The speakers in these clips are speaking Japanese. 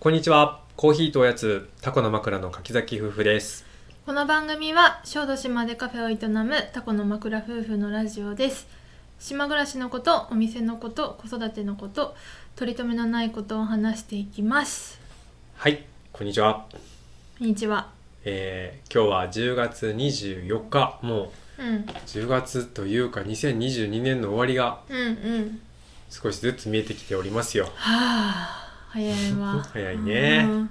こんにちは。コーヒーとおやつ、タコの枕の柿崎夫婦です。この番組は小豆島でカフェを営むタコの枕夫婦のラジオです島暮らしのことお店のこと子育てのこと取り留めのないことを話していきますはい、こんにちは。こんにちはえー、今日は10月24日、もうんう10月というか2022年の終わりがうんうん少しずつ見えてきておりますよは。あ早いわ早いねうん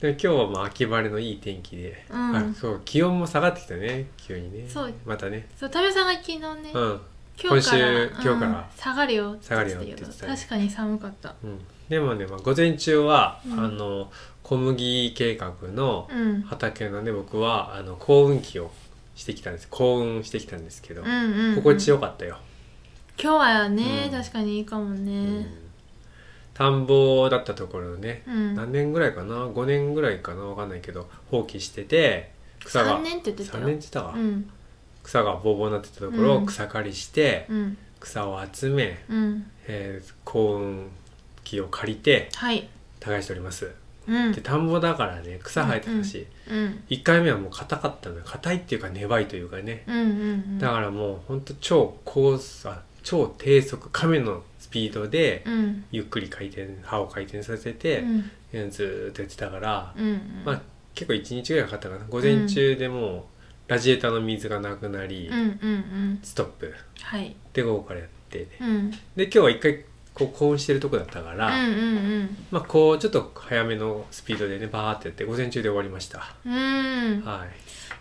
で今日はまあ秋晴れのいい天気で、うんあそう気温も下がってきたね、急にね。そうまたね。そう田部さんが昨日ね、うん。今日から今週今日からうん下がるよって言下がってたけどるよって言ってたね確かに寒かったうん、でもね、まあ、午前中は、うんあの小麦計画のうん畑のね僕はあの幸運期をしてきたんです幸運してきたんですけど、うんうん、うん、心地よかったよ、今日はね、うん確かにいいかもうねん田んぼだったところをね、うん、何年ぐらいかな5年ぐらいかなわかんないけど放棄してて草が3年って言ってた3よ年って言ったわ、うん草がボーボーになってたところうをん草刈りして、うん草を集め、うんえー幸運期を借りてはい耕しております、うんで田んぼだからね草生えてたし、うん一1回目はもう硬かったのよ硬いっていうか粘いというかね、うんうんだからもうほんと超高さ超低速亀のスピードでうんうんゆっくり回転刃を回転させて、えーずーっとやってたから、うんうんまあ結構1日ぐらいかかったかな午前中でもうラジエーターの水がなくなり、うんうんうんストップはいで午後からやって、うんで今日は一回こう高温してるとこだったかうら、んうんまあこうちょっと早めのスピードでねバーってやって午前中で終わりました、うんうんはい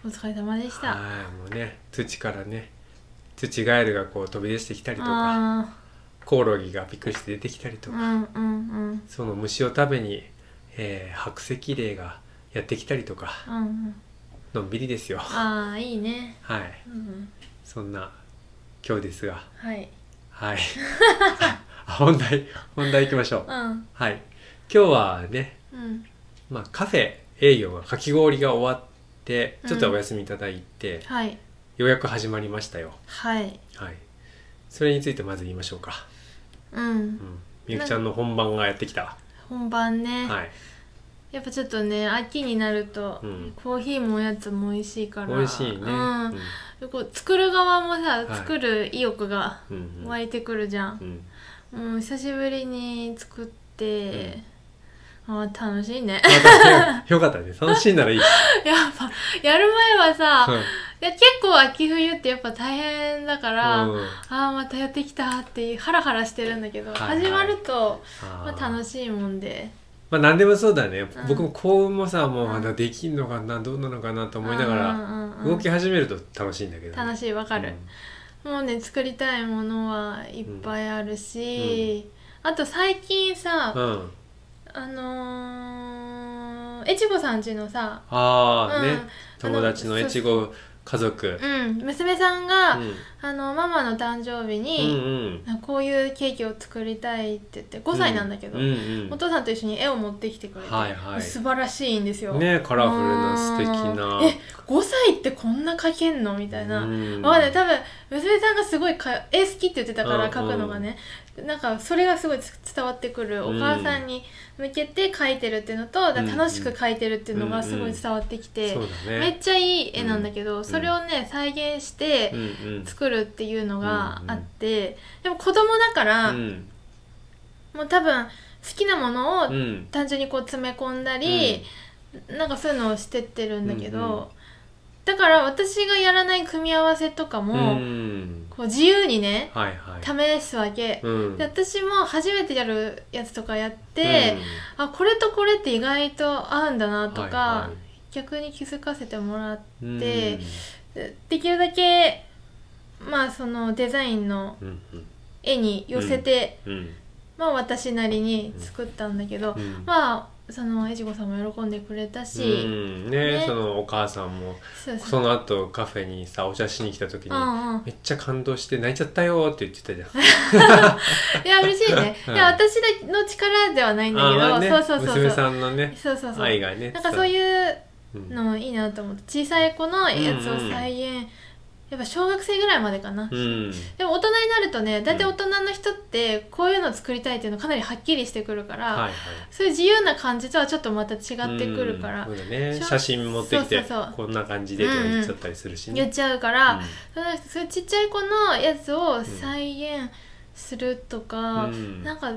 お疲れ様でしたはいもうね土からね土ガエルがこう飛び出してきたりとかあコオロギがびっくりして出てきたりーとうか、んうんうんその虫を食べに、えー白石霊がやってきたりとかうんうんのんびりですよああいいねはいうんうんそんな今日ですがはい はいあ本題本題行きましょううんはい今日はね、うんまあ、カフェ営業がかき氷が終わってちょっとお休みいただいて、はいようやく始まりましたよはいはいそれについてまず言いましょうかううんんみゆきちゃんの本番がやってきた。本番ねはい。やっぱちょっとね秋になるとうんコーヒーもおやつも美味しいから美味しいね。ううんん。こう作る側もさ、はい作る意欲がうん。湧いてくるじゃんう、ん。もう久しぶりに作って、あー楽しいね またよかったね。楽しいならいい。やっぱやる前はさ、ういんや結構秋冬ってやっぱ大変だから、うんああまたやってきたっていうハラハラしてるんだけど、はいはい始まると、まああ、ー楽しいもんでまあ何でもそうだねうん。僕も幸運もさ、もううんまだできんのかな、どうなのかなと思いながうんら、うんうん動き始めると楽しいんだけどね。楽しいわかる、もうね作りたいものはいっぱいあるし、あと最近さ、うん。うん。あのー、えちごさんちのさ、ああ、うねん。友達の越後家族。うん、娘さんが、うんあのママの誕生日うんに、うん。なんかこういうケーキを作りたいって言って5歳なんだけど、うんうんお父さんと一緒に絵を持ってきてくれて、はいはい素晴らしいんですよ。ねカラフルな素敵なうんえ5歳ってこんな描けんのみたいな。うんまあね、多分娘さんがすごいか絵好きって言ってたかうんうらん描くのがね、なんかそれがすごい伝わってくるおうん母さんに向けて描いてるっていうのと、だから楽しく描いてるっていうのがすごい伝わってきて、そうだね。めっちゃいい絵なんだけど、んそれをね再現してうんうん。作るっていうのがあって、でも子供だから、うんもう多分好きなものうをん単純にこう詰め込んだり、なんかそういうのをしてってるんだけど、うんうんだから私がやらない組み合わせとかも、うんこう自由にねはいはい。試すわけ、うんで私も初めてやるやつとかやって、あこれとこれって意外と合うんだなとか、はいはい逆に気づかせてもらって。うんででできるだけまあそのデザインのうんうん絵に寄せて、うんまあ私なりに作ったんだけど、うんまあそのえちごさんも喜んでくれたし、うんねねそのお母さんもそうそうその後カフェにさお茶しに来た時にうんうんめっちゃ感動して泣いちゃったよって言ってた じゃん。いや嬉しいね、 うんいや私の力ではないんだけど、まねそうそうそうそう娘さんのねそうそうそう愛がね。なんかそういううんのいいなと思って小さい子のやつを再現やっぱ小学生ぐらいまでかな、うんでも大人になるとね大体大人の人ってこういうの作りたいっていうのかなりはっきりしてくるから、はいはいそういう自由な感じとはちょっとまた違ってくるから、うんそうだねしょ写真持ってきてそうそうそうこんな感じでとか言っちゃったりするし言っねちゃうから、そうなんですそういうちっちゃい子のやつを再現するとか、うんなんか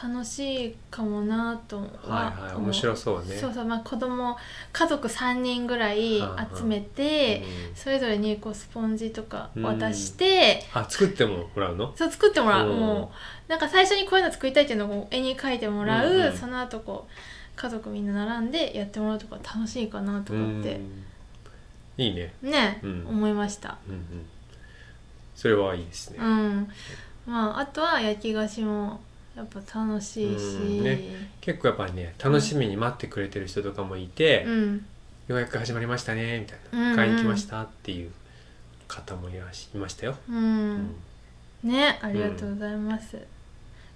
楽しいかもなとは思うう、んはいはい面白そうねそうそうまあ子供家族3人ぐらい集めて、うんそれぞれにこうスポンジとか渡して、あ作ってもらうのそう作ってもらう、うんもうなんか最初にこういうの作りたいっていうのをこう絵に描いてもらう、うんうんその後こう家族みんな並んでやってもらうとか楽しいかなと思ってう、んいいねね、うん思いましたうんうんそれはいいですねうんまああとは焼き菓子もやっぱ楽しいし、うんね結構やっぱりね楽しみに待ってくれてる人とかもいてうんようやく始まりましたねみたいうんうなん買いに来ましたっていう方もいらっしいましたようん、 うんねありがとうございます、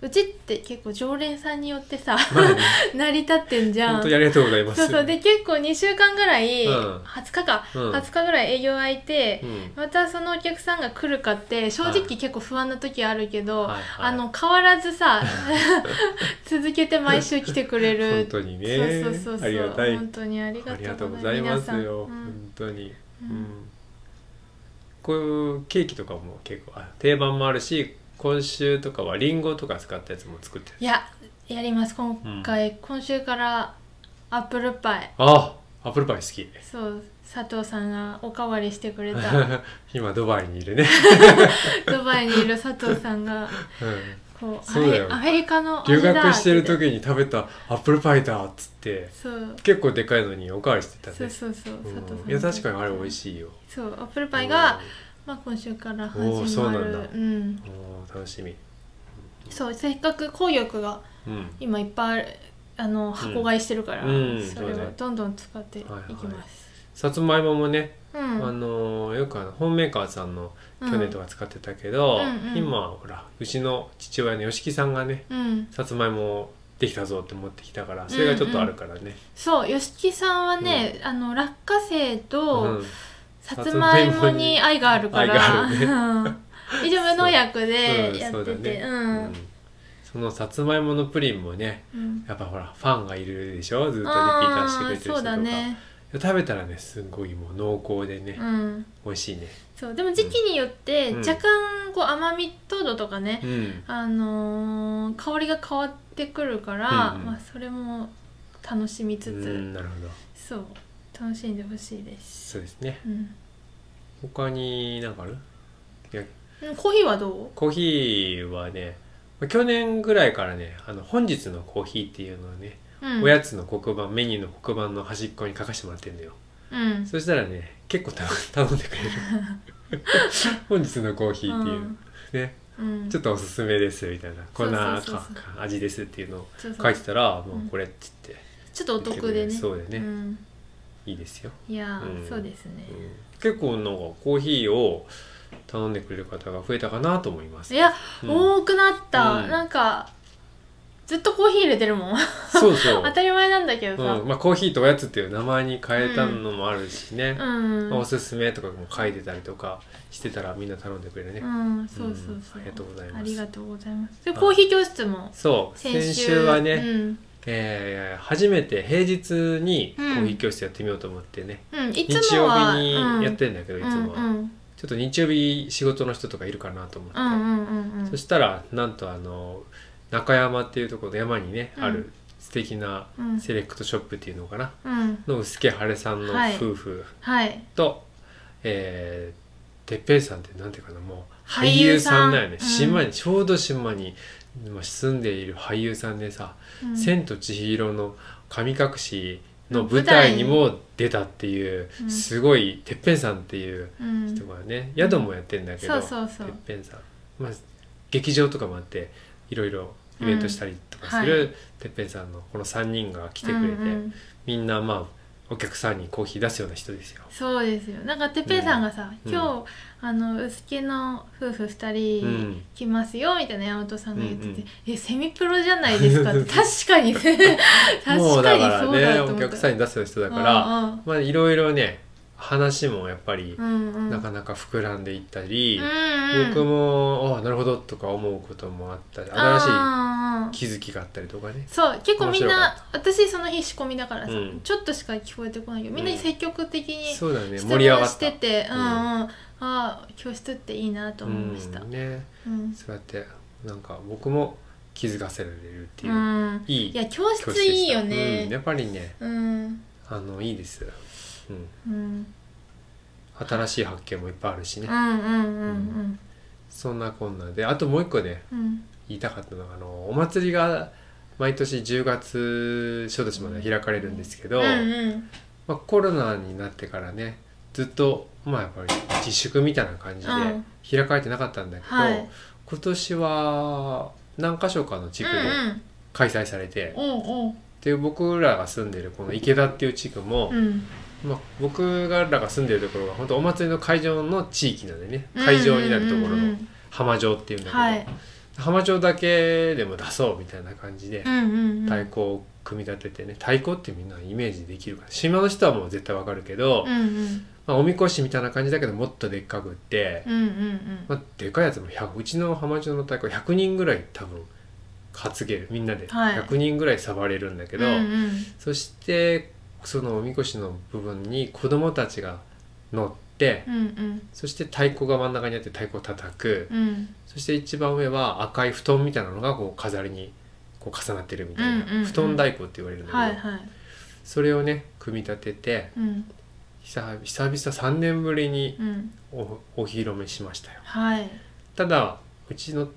うちって結構常連さんによってさまあね 成り立ってんじゃ本ん当にありがとうございますそうそうで結構2週間ぐらい、うん20日か、うん20日ぐらい営業空いて、うんまたそのお客さんが来るかって正直はい結構不安な時あるけど、はいはいあの変わらず さ続けて毎週来てくれる本当にねそうそうそうそうありがたい本当にありありがとがとううごござざいいまますすよ、皆さんうん本当に、ううんんこういうケーキとかも結構あ定番もあるし今週とかはリンゴとか使ったやつも作ってるいややります今回、今週からアップルパイあアップルパイ好きそう佐藤さんがおかわりしてくれた 今ドバイにいる ね、ドバイにいる佐藤さんがうんこうあそうだれよアメリカの留学してる時時に食べたアップルパイだっつってそう結構でかいのにおかわりしてたねそうそうそう、佐藤さうんんいや確かにあれ美味いしいよそうアップルパイが、まあ、今週から始まるおーそうなんだうんうんおー楽しみそうせっかく紅玉がうん今いっぱいあるあの箱買いしてるから、うんそれそうをねどんどん使っていきます、さつまいももね、うんあのーよくあのホームメーカーさんのうん去年とか使ってたけど、うんうん今ほらうちの父親の吉木さんがねうんさつまいもできたぞって持ってきたからそれがちょっとあるからね、そう吉木さんはね、あの落花生うんとさつまいもに愛があるから愛があるね うん一応無農薬うんでやそっうだてねてうんそのさつまいものプリンもねうんやっぱほらファンがいるでしょずっとリピーターしてくれあーてる人そとうか、だね食べたらねすごいもう濃厚でね、うん美味 しいねそうでも時期によってうん若干こう甘み糖度とかね、うんあのー香りが変わってくるから、うんうんまあ、それも楽しみつつ、うんなるほどそう楽しんでほしいです、そうですねうん、他になんかあるいやうんコーヒーはどコーヒーはね去年ぐらいからねあの本日のコーヒーっていうのをね、う、うん、おやつの黒板メニューの黒板の端っこに書かしてもらってんだようんそしたらね結構た 頼んでくれる 本日のコーヒーっていう、ねうん、ちょっとおすすめですみたいなこんなそうそうそうか味ですっていうのをそうそう書いてたらんもうこれって言って、ちょっとお得でねそうだよねん、いいですよ、いやー、うんそうですねうん、結構なんかコーヒーを頼んでくれる方が増えたかなと思いますいや、うん多くなった、うんなんかずっとコーヒー入れてるもんそうそ 当うたり前なんだけどさうんまあ、コーヒーとおやつっていう名前に変えたのもあるしね、うん、まあおすすめとかも書いてたりとかしてたらみんな頼んでくれるね、うん、そうそうそうんあう、りがとうございますありがとうございますではいコーヒー教室もそう先先週週はね、うんえー初めて平日にコうんーヒー教室やってみようと思ってね、うん、い日つも曜は日にやってんだけど、うんいつもは、うんうんちょっと日曜日仕事の人とかいるかなと思って、うんうんうんうんそしたらなんとあの中山っていうところの山にね、うんある素敵なうんセレクトショップっていうのかな、うんの薄毛晴れさんのはい夫婦、はいと、えー、てっぺいさんってなんていうかなもう俳俳優優ささんんだよね、うん島にちょうど島に今住んでいる俳優さんでさ「うん千と千尋の神隠し」の舞台にも出たっていう、うんすごいてっぺんさんっていううん人がね、宿もやってんだけど、そうそうそうてっぺんさん、まあ、劇場とかもあっていろいろイベントしたりとかする、うんてっぺんさんのこの3人が来てくれて、うんうんみんなまあお客さんにコーヒー出すような人ですよ。そうですよなんかてっぺいさんがさ、うん今日あの薄毛の夫婦2うん人来ますよみたいな山本さんが言ってて「うんうんえセミプロじゃないで すか」って確かにね確かにそうだともうだからね思おった客さんに出す人だかうらんうんまあいろいろね話もやっぱりうんうんなかなか膨らんでいったり、うんうん僕もああなるほどとか思うこともあったり新あーしい気づきがあったりとかねそう結構みん面白かな私その日仕込みだからさ、うんちょっとしか聞こえてこないけどみんなに積極的にそうだね質盛り上問がっしたてて、うんうんうああ教室っていいなと思いました、ううんんねそうやってなんか僕も気づかせられるっていう、うんいいいや教室いいよねうん、やっぱりねうんあのいいです、うん、うん新しい発見もいっぱいあるしね、うんうんうんそんなこんなであともう一個ねうんうん言いたかったのがあのお祭りが毎年10月小豆島で開かれるんですけど、うんうんまあ、コロナになってからねずっとまあやっぱり自粛みたいな感じでうん開かれてなかったんだけど、はい今年は何か所かの地区でうん開催されて、うんおうおうで僕らが住んでるこの池田っていう地区も、うんまあ、僕らが住んでるところが本当お祭りの会場の地域なんでね会場になるところうんうんうのん浜城っていうんだけど、はい浜城だけでも出そうみたいな感じでうんうんうん太鼓を組み立ててね太鼓ってみんなイメージできるから島の人はもう絶対わかるけど、うんうんまあ、おみこしみたいな感じだけどもっとでっかくって、うんうんまあ、でかいやつも100うちの浜城の太鼓100人ぐらい多分担げるみんなではい100人ぐらい触れるんだけけど。うんうんそしてそのおみこしの部分に子供たちが乗って、うんうんそして太鼓が真ん中にあって太鼓を叩く、うんそして一番上は赤い布団みたいなのがこう飾りにこう重なってるみたいな、うんうんうん布団太鼓って言われるんだけど、はいはいそれをね組み立ててうん久々久々3年ぶりにうんおお披露目しましたよはいただうちの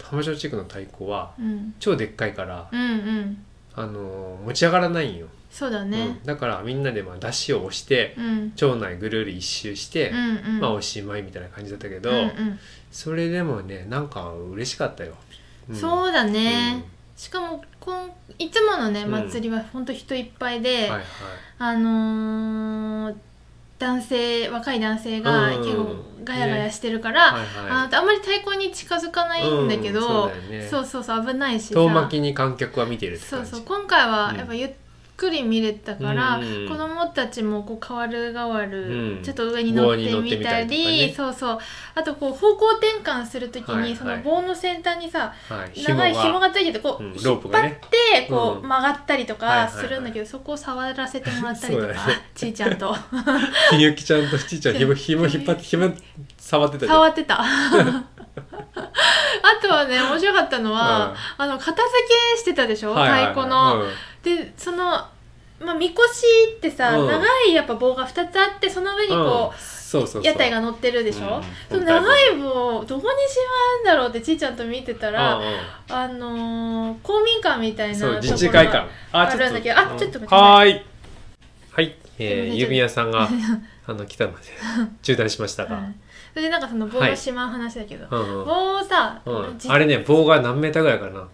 浜城地区の太鼓はうん超でっかいから、うんうんあのー持ち上がらないんよ、そうだうねんだからみんなでまあ出しを押してうん町内ぐるり一周して、うんうんまあおしまいみたいな感じだったけど、うんうんそれでもねなんか嬉しかったよ、んそうだうんねしかもこんいつものねうん祭りは本当人いっぱいで、はいはいあのー男性若い男性がうん結構ガヤガヤしてるかはら、いあはのあんまり太鼓に近づかないんだけど、うんそうだよねそうそうそう危ないしい遠巻きに観客は見てるってそう感じそう今回はうんやっぱゆっくり見れたから、うん子供たちもこう変わる変わる、うんちょっと上に乗棒ってに乗ってみみたたりりとかねそうそうあとこう方向転換するときに、はいはいその棒の先端にさはい、長い紐ががついててこう、うん引っロー張プがっねてこう、うん曲がったりとはいはいかはいするんだけど、そこを触らせてもらったりとそか、うだねちいちゃ んとみゆきちゃんとちいちゃん紐紐そう引っ張って紐触ってたじゃん触ってた あとはね面白かったのは、あの片付けしてたでしょ、はいはいはい太鼓の、うんでそのまあみこしってさ、うん長いやっぱ棒が2つあってその上にうんこそうそうう、そう屋台が乗ってるでしょ、うんその長い棒をどこにしまうんだろうってちいちゃんと見てたら、うんうんあのー公民館みたいなそうとこ自治ろ会館あるんだけどあちょっと待ってはーいはい、すいまえせんー、ちょっと指輪さん があの来たので中断しましたうがん、それでなんかその棒はをいしまう話だけど、うんうん棒をさ、うんじあれね棒が何メーターぐらいかな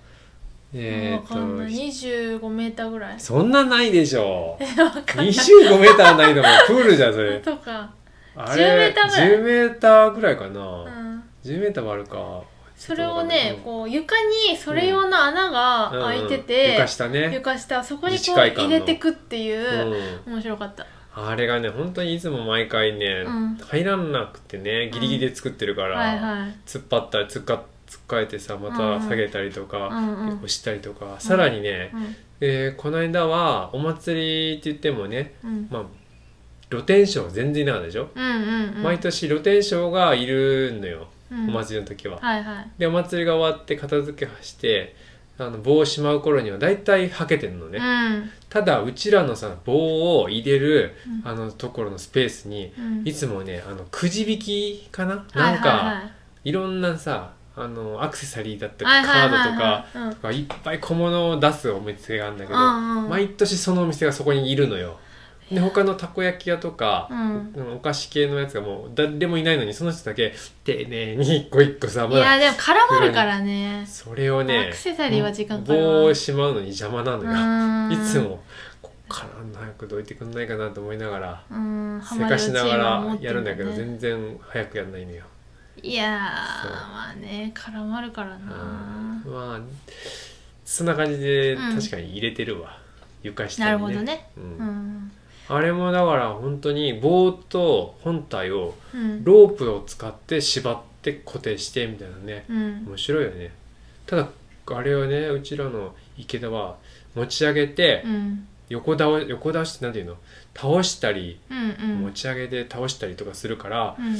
えわー、かんないっと25メーターぐらいそんなないでしょう わかんない25メーターないのもプールじゃんそれとか、あれ 10m ぐらい10メーターぐらいかうな、ん、 10メーターもあるかそれをねうんこう床にそれ用の穴が開いてうんて、うん、床下ね、床下そこに自こ治会う館入のれてくってういう、ん、面白かったあれがね本当にいつも毎回ね、うん入らなくてねギリギリで作ってるから、はいはい突っ張ったり突っか突っかえてさまうんうたん下げたりとか、うんうん結構したりとか、さらにね、うんえーこの間はお祭りって言ってもね、うんまあ、露天商全然いなかったでしょ、うんうんうん毎年露天商がいるのよ、うんお祭りの時は。はいはいでお祭りが終わって片付けしてあの棒をしまう頃には大体はけてんのね、うんただうちらのさ棒を入れるうんあのところのスペースにうんいつもねあのくじ引きかな、なんか、はいはいいろんなさあのアクセサリーだったりカはいはーいはいドとはかいはいうんがいっぱい小物を出すお店があるんだけど、うんうん毎年そのお店がそこにいるのよ。で他のたこ焼き屋とか、うお菓子系のやつがもう誰もいないのにその人だけ丁寧に一個一個さまいだやでも絡まるからねそれをねアクセサリーは時間かかるわ棒をしまうのに邪魔なのよ。いいつもこっから早くどいてくんないかなと思いながら。うんせかしながらやるんだけどハマるうちには持全って然早くやんないのよ。いやーそうまあね絡まるからまなあそんな感じでうん確かに入れてるわ、床下に、ね、なるほどねう、うんんあれもだから本当に棒と本体をうんロープを使って縛って固定してみたいなねうん面白いよねただあれはねうちらの池田は持ち上げてうん横倒横倒して何ていうの倒したりうんうん持ち上げて倒したりとかするからうん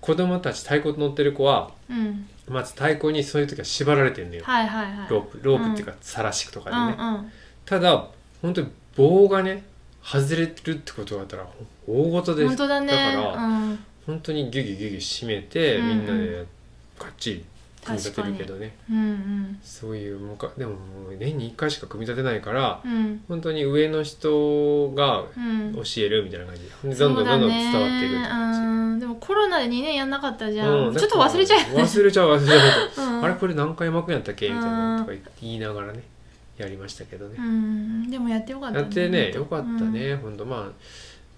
子供たち太鼓乗ってる子はうんうんまず太鼓にそういう時は縛られてんだよはいはいはいロープロープっていうかさらしくとかでね、うんうんただ本当に棒がね外れるってことがあったら大事です本当だねだから、うん、本当にギュギュギュギュ締めて、うんうんみんなでガッチリ組み立てるけどねうんそういうもうかでももう年に1回しか組み立てないからうんうん本当に上の人がうん教えるみたいな感じでどんどんどんどん伝わっていくってそうだ感じ。ねうんでもコロナで2年やんなかったじゃん、うんちょっと忘れちゃうよね忘れちゃう忘れちゃううんあれこれ何回巻くんやったっけみたいなとか言いながらねやりましたけどねうんでもやってよかったやってねよかったうんね、ほんとまあ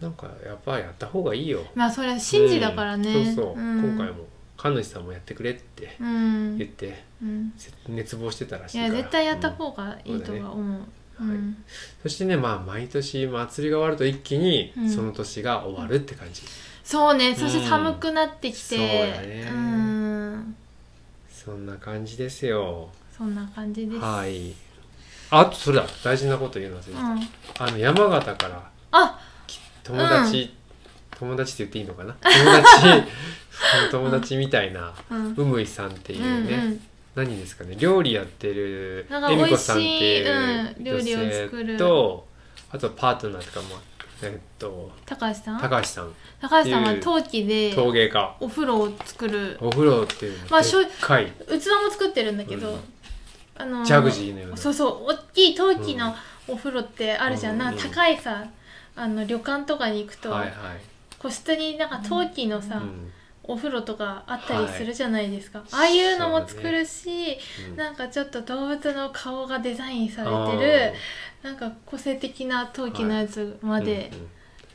なんかやっぱやった方がいいよまあそれは信じだからね、うんそうそう、うん今回も神主さんもやってくれってうん言って、うんせ熱望してたらしいいからや絶対やったうん方がいいとは思うそうだねうんそしてねまあ毎年祭りが終わると一気にうんその年が終わるって感じ、そうねそして寒くなってきて、うんそうだねうんそんな感じですよそんな感じです、はいああとそれだ大事なこと言うの忘れてうた、ん、あの山形からあ友達、友達って言っていいのかな友達 その友達みたいなうんうむいさんっていううんね、うん何ですかね料理やってるなんか恵美子さんっていう美女味しいうん料理を作る性とあとパートナーとかもえっと高橋さん高橋さん高橋さんは陶器で陶芸家お風呂を作るお風呂っていうのまあでっかい器も作ってるんだけど、うんあのージャグジーのようなそうそう大きい陶器のお風呂ってあるじゃん、うんなんか高いさあの旅館とかに行くと、はいはい個室になんか陶器のさ、うんお風呂とかあったりするじゃないですか、ああいうのも作るし、うんなんかちょっと動物の顔がデザインさあれてるなんか個性的な陶器のやつまーでうんうん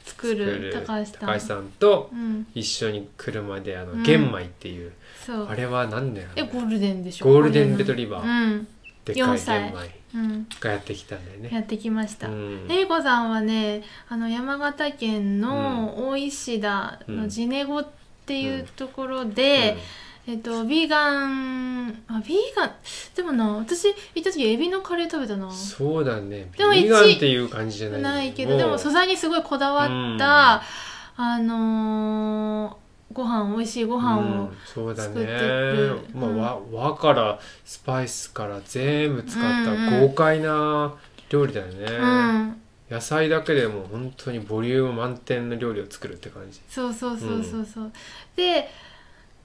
作る作高橋さん。高橋さんとうん、一緒に車であの、うん玄米っていうそうあれは何だよえゴールデンでしょゴールデンレトリバーうん、でっかい4歳玄米うん、がやってきたんだよねやってきました、うんねいこさんはねあの山形県の大石田のジネゴっていうところで、えっとビーガンあビーガンでもな私行った時エビのカレー食べたなうんそうだねでもビ一ーガンっていう感じじゃないないけどでも素材にすごいこだわった、あのーご飯美味しいご飯を、うんそうだ作ってねいく、まあうん和和からスパイスから全部使っうんたうん豪快な料理だよね、うん野菜だけでも本当にボリューム満点の料理を作るって感じそうそうそうそうそう、で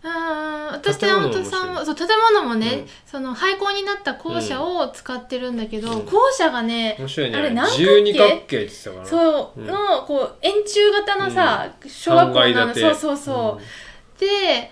うーん私と建山物も本さん面白もいそう建物もね、うんその廃校になった校舎を使ってるんだけど、うん校舎がね、面白いねあれ何角形十二角形って言ってたからそううんのこう円柱型のさ、小学校な三の階建そうてそうそう、で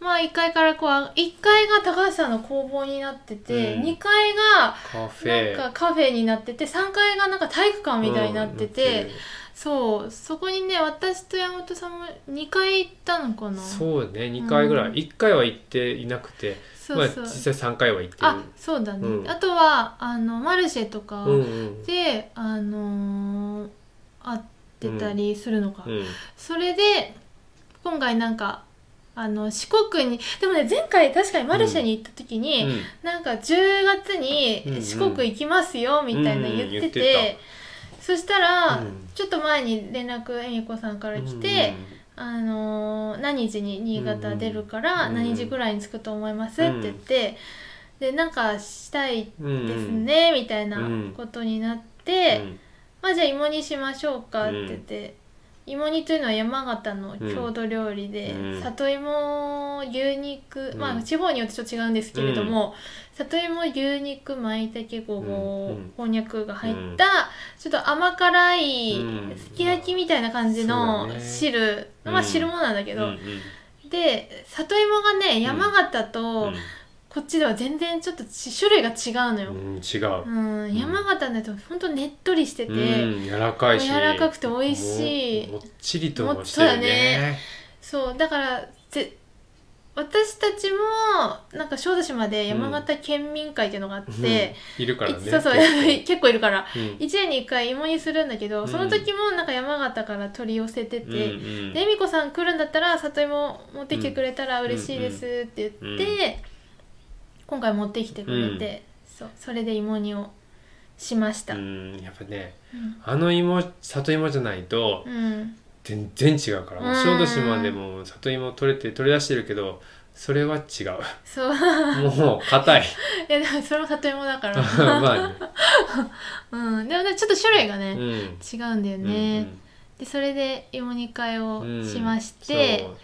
まあ1階からこうあ1階が高橋さんの工房になってて、うん2階がカフなんェかカフェになってて3階がなんか体育館みたいになってて、そうそこにね私と山本さんも2回行ったのかうんなそうね二回ぐらい、うん一回は行っていなくてそうそう、まあ、実際三回は行ってるあそうだね、うんあとはあのマルシェとかうんうんで、あのー会ってたりするのか、うんそれで今回なんかあの四国にでもね前回確かにマルシェに行った時に、うんなんか10月うんうにん四国行きますよみたいな言ってて,、うんうん言ってそしたら、うんちょっと前に連絡恵美子さんから来て、あのー何時に新潟出るからうん何時ぐらいに着くと思いますって言って、でなんかしたいうんうんですねみたいなことになって、うんまあじゃあ芋煮しましょうかって言って、芋煮というのは山形の郷土料理で、うん里芋牛肉、うんまあ地方によってちょっと違うんですけれども、里芋牛肉舞茸ごぼう、うんこんにゃくが入った、ちょっと甘辛い、うんすき焼きみたいな感じのそうだね汁、うんまあ汁物なんだけど、うんうんで里芋がね山形とこっちでは全然ちょっとち種類が違うのよう、ん、違う。うん山形だとほんとねっとりしてて、うん、柔らかいし。柔らかくて美味しいももっちりともしてるね。そうだからぜ私たちもなんか小豆島で山形県民会っていうのがあって、いるからねいそうそう結結 構いるから構うん1年に1回芋煮するんだけど、うんその時もなんか山形から取り寄せてて、うんうんで恵美子さん来るんだったら里芋持ってきてくれたら嬉しいですって言って、うんうん今回持ってきてくれて、そうそれで芋煮をしました、ううんんやっぱねあの芋里芋じゃないとうん全然違うから、うん小豆島でも里芋取れて取り出してるけどそれは違うそう いもう硬いやでもそれも里芋 だから、まあうん、でもねちょっと種類がね、ね、うん違うんだよね、でそれで芋煮会をうんうんしましそて、う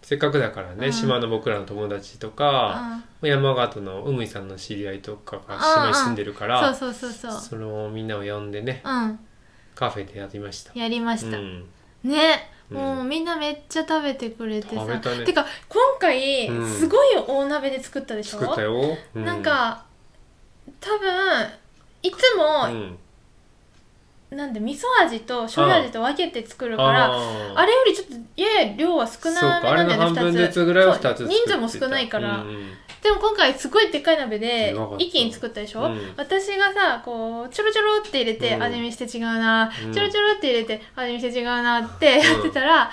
せっかくだからね、うん島の僕らの友達とうかん山形の海さんの知り合いとかがあ島に住んでるからそうそうそうそうそのみんなを呼んでねうんカフェでやってみましたやりました、うんねうんもうみんなめっちゃ食べてくれてさ、食べたねてか今回うんすごい大鍋で作ったでしょ、作ったよ、うなんか多分いつもう、んなんで味噌味と醤油味と分けて作るからああーれよりちょっとやや量は少なめなんだそうかあれの半よね分2ずつつぐらいは2つ作ってたそう人数も少ないから、うんうんでも今回すごいでっかい鍋でうまかった一気に作ったでしょ、うん私がさこうちょろちょろって入れてうん味見して違うな、うんちょろちょろって入れて味見して違うなってやってたら、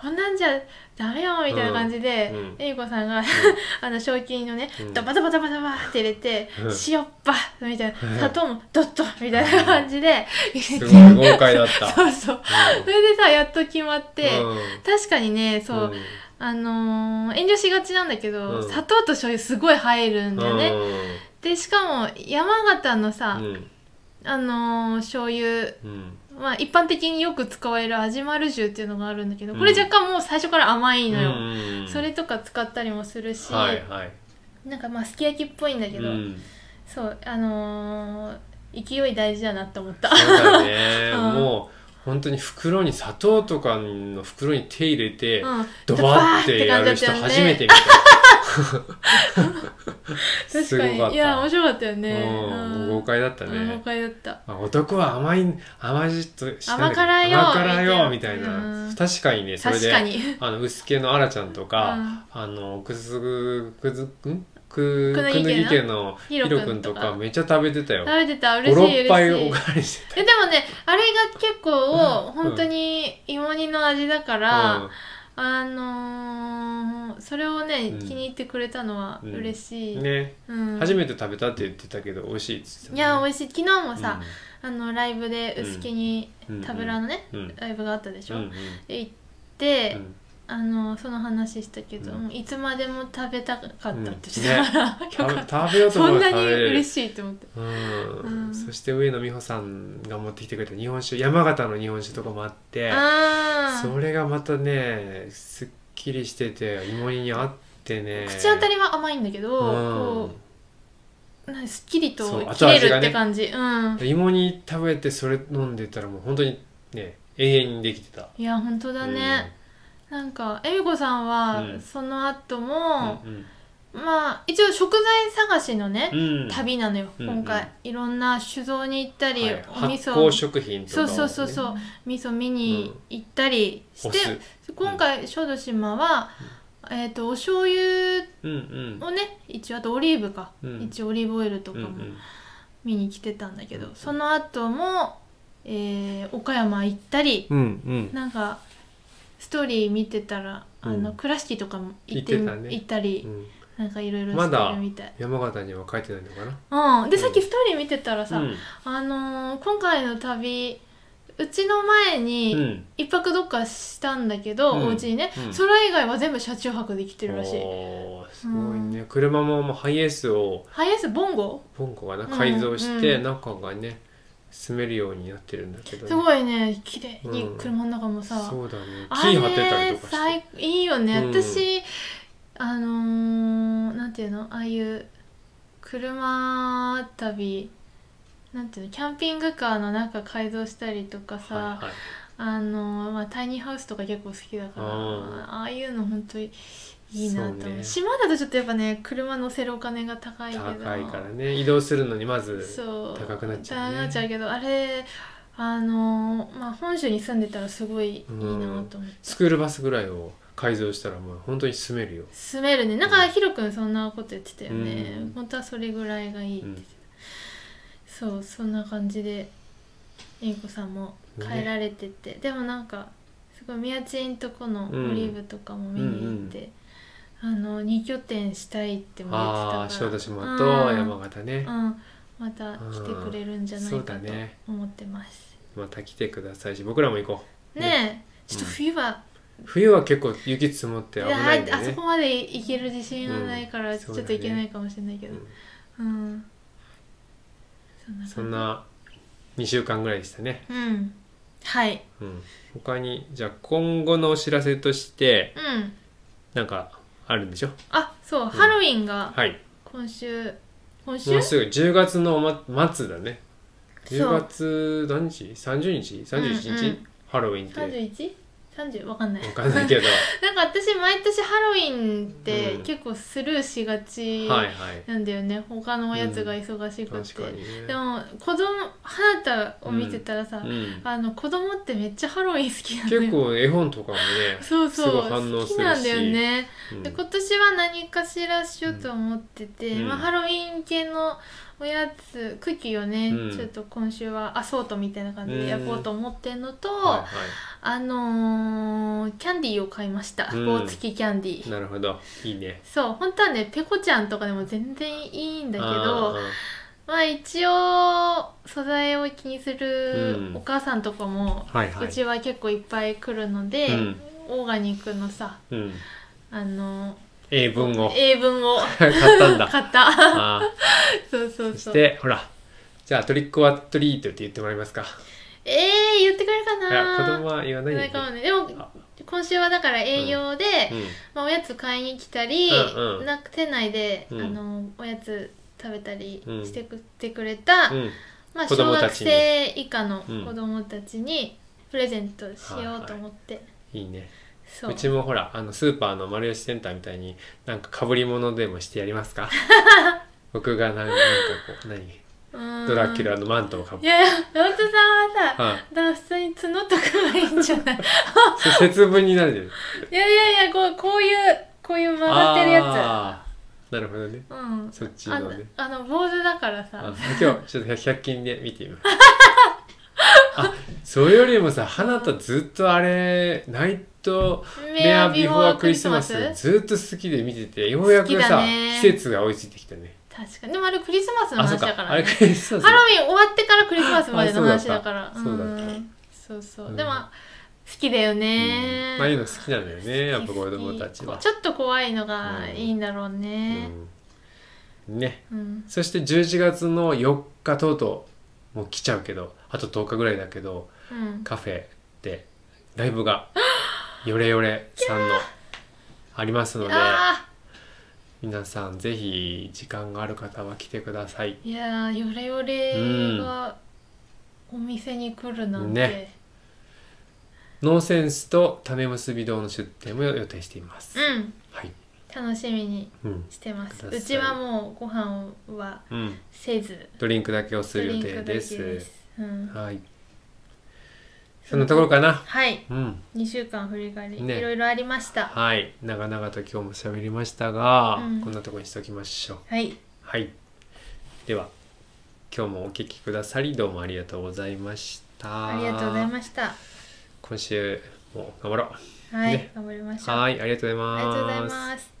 こんなんじゃダメよみたいな感じで、うえんうんゆこさんが あの賞金のね、うんドバドバドバドバって入れて、うん塩っぱみたいな、うん砂糖もドッとみたいな感じでう入れん、すて、ごい豪快だった。そうそう それでさやっと決まって、うん確かにねそう、んあのー遠慮しがちなんだけうど、ん砂糖と醤油すごい入るんだよね、でしかも山形のうさ、んうんあのー醤油うんまあ一般的によく使われる味丸重っていうのがあるんだけどうんこれ若干もう最初から甘いのよ、うんそれとか使ったりもするし、はいはい。なんかまあすき焼きっぽいんだけうど、ん、そうあのー勢い大事だなって思ったそうだね、 うんもう本当に袋に砂糖とかの袋に手入れて、うんドバーってやる人ドバーっ初て感じだめったて見よねた。 確すかごかったにいや面白かったよね、うん、うん豪快だったね。豪快だったまあ男は甘い甘じっとしたんだけど甘辛いよ甘辛いよみたいな、うん確かにねそれ確でかにあの薄毛のあらちゃんとか、うんあのくすぐくずんくくぬくぎ家ぬなぎ家のひひろろくんくんととかかめっちゃ食べてたよ食べてた嬉しい嬉56しい杯おかわりしてえでもねあれが結う構ん本当に芋煮の味だかたら、うんあのーそれをね、うん気に入ってくれたのは嬉しい、うんね、初めて食べたって言ってたけど美味しいって言ってた、いね、や美味し味しい昨日もさ、あのライブで薄木にうんタブラのね、うんうんライブがあったでしょ、うんうんで行って、うんあのその話したけど、うんもういつまでも食べたかったって言ってうんたねから、食べ よかった食べようとそ思んえばな食にべれる嬉しいと思ってうんうんそして上野美穂さんが持ってきてくれた日本酒山形の日本酒とかもあってあそーれがまたねすっきりしてて芋煮に合ってね口当たりは甘いんだけど、うんこうなんかすっきりそうと切後れ味るがっねて感じう,、ん芋煮食べてそれ飲んでたらもう本当にね永遠にできてたいや本当だね、なんか恵美子さんは、うんその後うんも、まあ一応食材探しのね、うん、うん、旅なのよ、うん今回、いろんな酒造に行ったり、はいお味発噌酵食品とかそをうねそうそうそう味噌見に行ったりしおて、酢今回小豆島は、えー、とお醤油うんうんをね一応あとオリーブか、うん一応オリーブオイルとうかんうもん見に来てたんだけど、うんその後も、えー岡山行ったり、うんうんなんかストーリー見てたらあの、うん倉敷とかも行って行ってたね行ったり、うんなんかいろいろましてだるみたい。山形には書いてないのかなうん、でうんさっきストーリー見てたらさ、うんあのー今回の旅うちの前うにん一泊どっかしたんだけど、うんお家にね、うんそれ以外は全部車中泊できてるらしいおーすごいね車ももうハイエースをハイエースボンゴポンコがなうん改造してうん中がね住めるようになってるんだけどねすごいね綺麗にうん車の中もさ、そうだねあ木れ張ってたりとかして最いいよね、うん私あのー、なんていうのああいう車旅なんていうのキャンピングカーの中改造したりとかさ、はいはいあのーまあ、タイニーハウスとか結構好きだからあああいうの本当にいいなと思そううね島だとちょっとやっぱね車乗せるお金が高いけど高いからね移動するのにまずそう高くなっちゃうね高くなっちゃうけどあれあのーまあ本州に住んでたらすごいいいなと思って、スクールバスぐらいを改造したらもう本当に住めるよ住めるねなんかヒロ君そんなこと言ってたよね、うん本当はそれぐらいがいいって、うんそうそんな感じで英子さんも帰られてて、でもなんかすごい宮地んとこのオリーブとかも見に行って、あの2拠点したいっても言ってたからああー小豆島と山形ねうん、うんまた来てくれるんじゃないうんそかうだとね思ってます、また来てくださいし僕らも行こねえちょっと冬は、う冬は結構雪積もってい危やないんであそねこまで行ける自信はないから、うんちょっと行けないかもしれないけどうん、そんな感じそんな2週間ぐらいでしたね、うんはいうん、他にじゃあ今後のお知らせとしてうんなんかあるんでしょあそう、ハロウィンがはい今週今週もうすぐ10月のま末だねそう10月何日30日31日、うんうんハロウィンって 31?30? わかんない分かんないけどなんか私毎年ハロウィンってうん結構スルーしがちはいはいなんだよね、他のおやつが忙しく確て、かにねでも子供花たを見てたらさ、うん、あの子供ってめっちゃハロウィン好きなんだよ結構絵本とかもね、そうそうすごい反応するし好きなんだよね、うんで今年は何かしらしようと思ってて、うんまあ、ハロウィン系のおやつクッキーをね、うんちょっと今週はアソートみたいな感じで焼こうと思ってんのと、はあのーキャンディーを買いましたうん棒付きキャンディいはー、い、なるほどいいねそう本当はねペコちゃんとかでも全然いいんだけどあーまあ一応素材を気にするうんお母さんとかも、はいはいうちは結構いっぱい来るので、うんオーガニックのさうん、あの英文を英文を 買ったんだ 買った。あーそうそうそしそう。てほらじゃあトリックオアトリートって言ってもらえますかえー、言ってくれるかいなや子供は言わない言よわなねいかもね。でも、あ今週はだから営業で、うんまあ、おやつ買いに来たり、うんうんなんか店内で、うんあのおやつ食べたりうんしてく,、てくれた、うんまあ、子小供た学ちに生以下のうん子供たちにプレゼントしようと思って。いいねそううちもほらあのスーパーの丸吉センターみたいになんかかぶり物でもしてやります か僕がなんなんかこう何ドドラキュラのマントをかぶいやいやロントさんはさ、はだから普通に角とかがいいんじゃ ないいそれ節分になるじゃないいやいやいやこうこういうこういう曲がってるやあーなるほどねつうんそっちあののねあの坊主だからさあ今日ちょっと100均で見て みますあそれよりもさ花とずっとあれナイトメアビフォアクリスマスずっと好きで見ててようやく好きさだね季節が追いついてきたね確かにでもあれクリスマスのあそ話うだかからあねれクリスマスハロウィン終わってからクリスマスまでのあ話そうだだったからそうだったんそうそう、うんでも好きだよね、うんまあいうの好きなんだよねやっぱ好き好子き供たちはちょっと怖いのがいいんだろうねうんねうん、そして11月の4日とうとうもう来ちゃうけどあと10日ぐらいだけどうんカフェでライブがヨレヨレさんのありますのであ皆さんぜひ時間がある方は来てくださいーいやーヨレヨレがお店に来るなんて、ねノーセンスと種結び堂の出店も予定しています、うんはい、楽しみにうんしてますくださいうちはもうご飯はうん、せずドリンクだけをすドるリ予ンクだ定けでですすうん、はいそんなところかなはいうん2週間振り返り、ねいろいろありましたはい長々と今日も喋りましたが、うんこんなところにしておきましょうはいはいでは今日もお聞きくださりどうもありがとうございましたありがとうございました今週も頑張ろうはい、ね頑張りましょうはいありがとうございありがとうございますます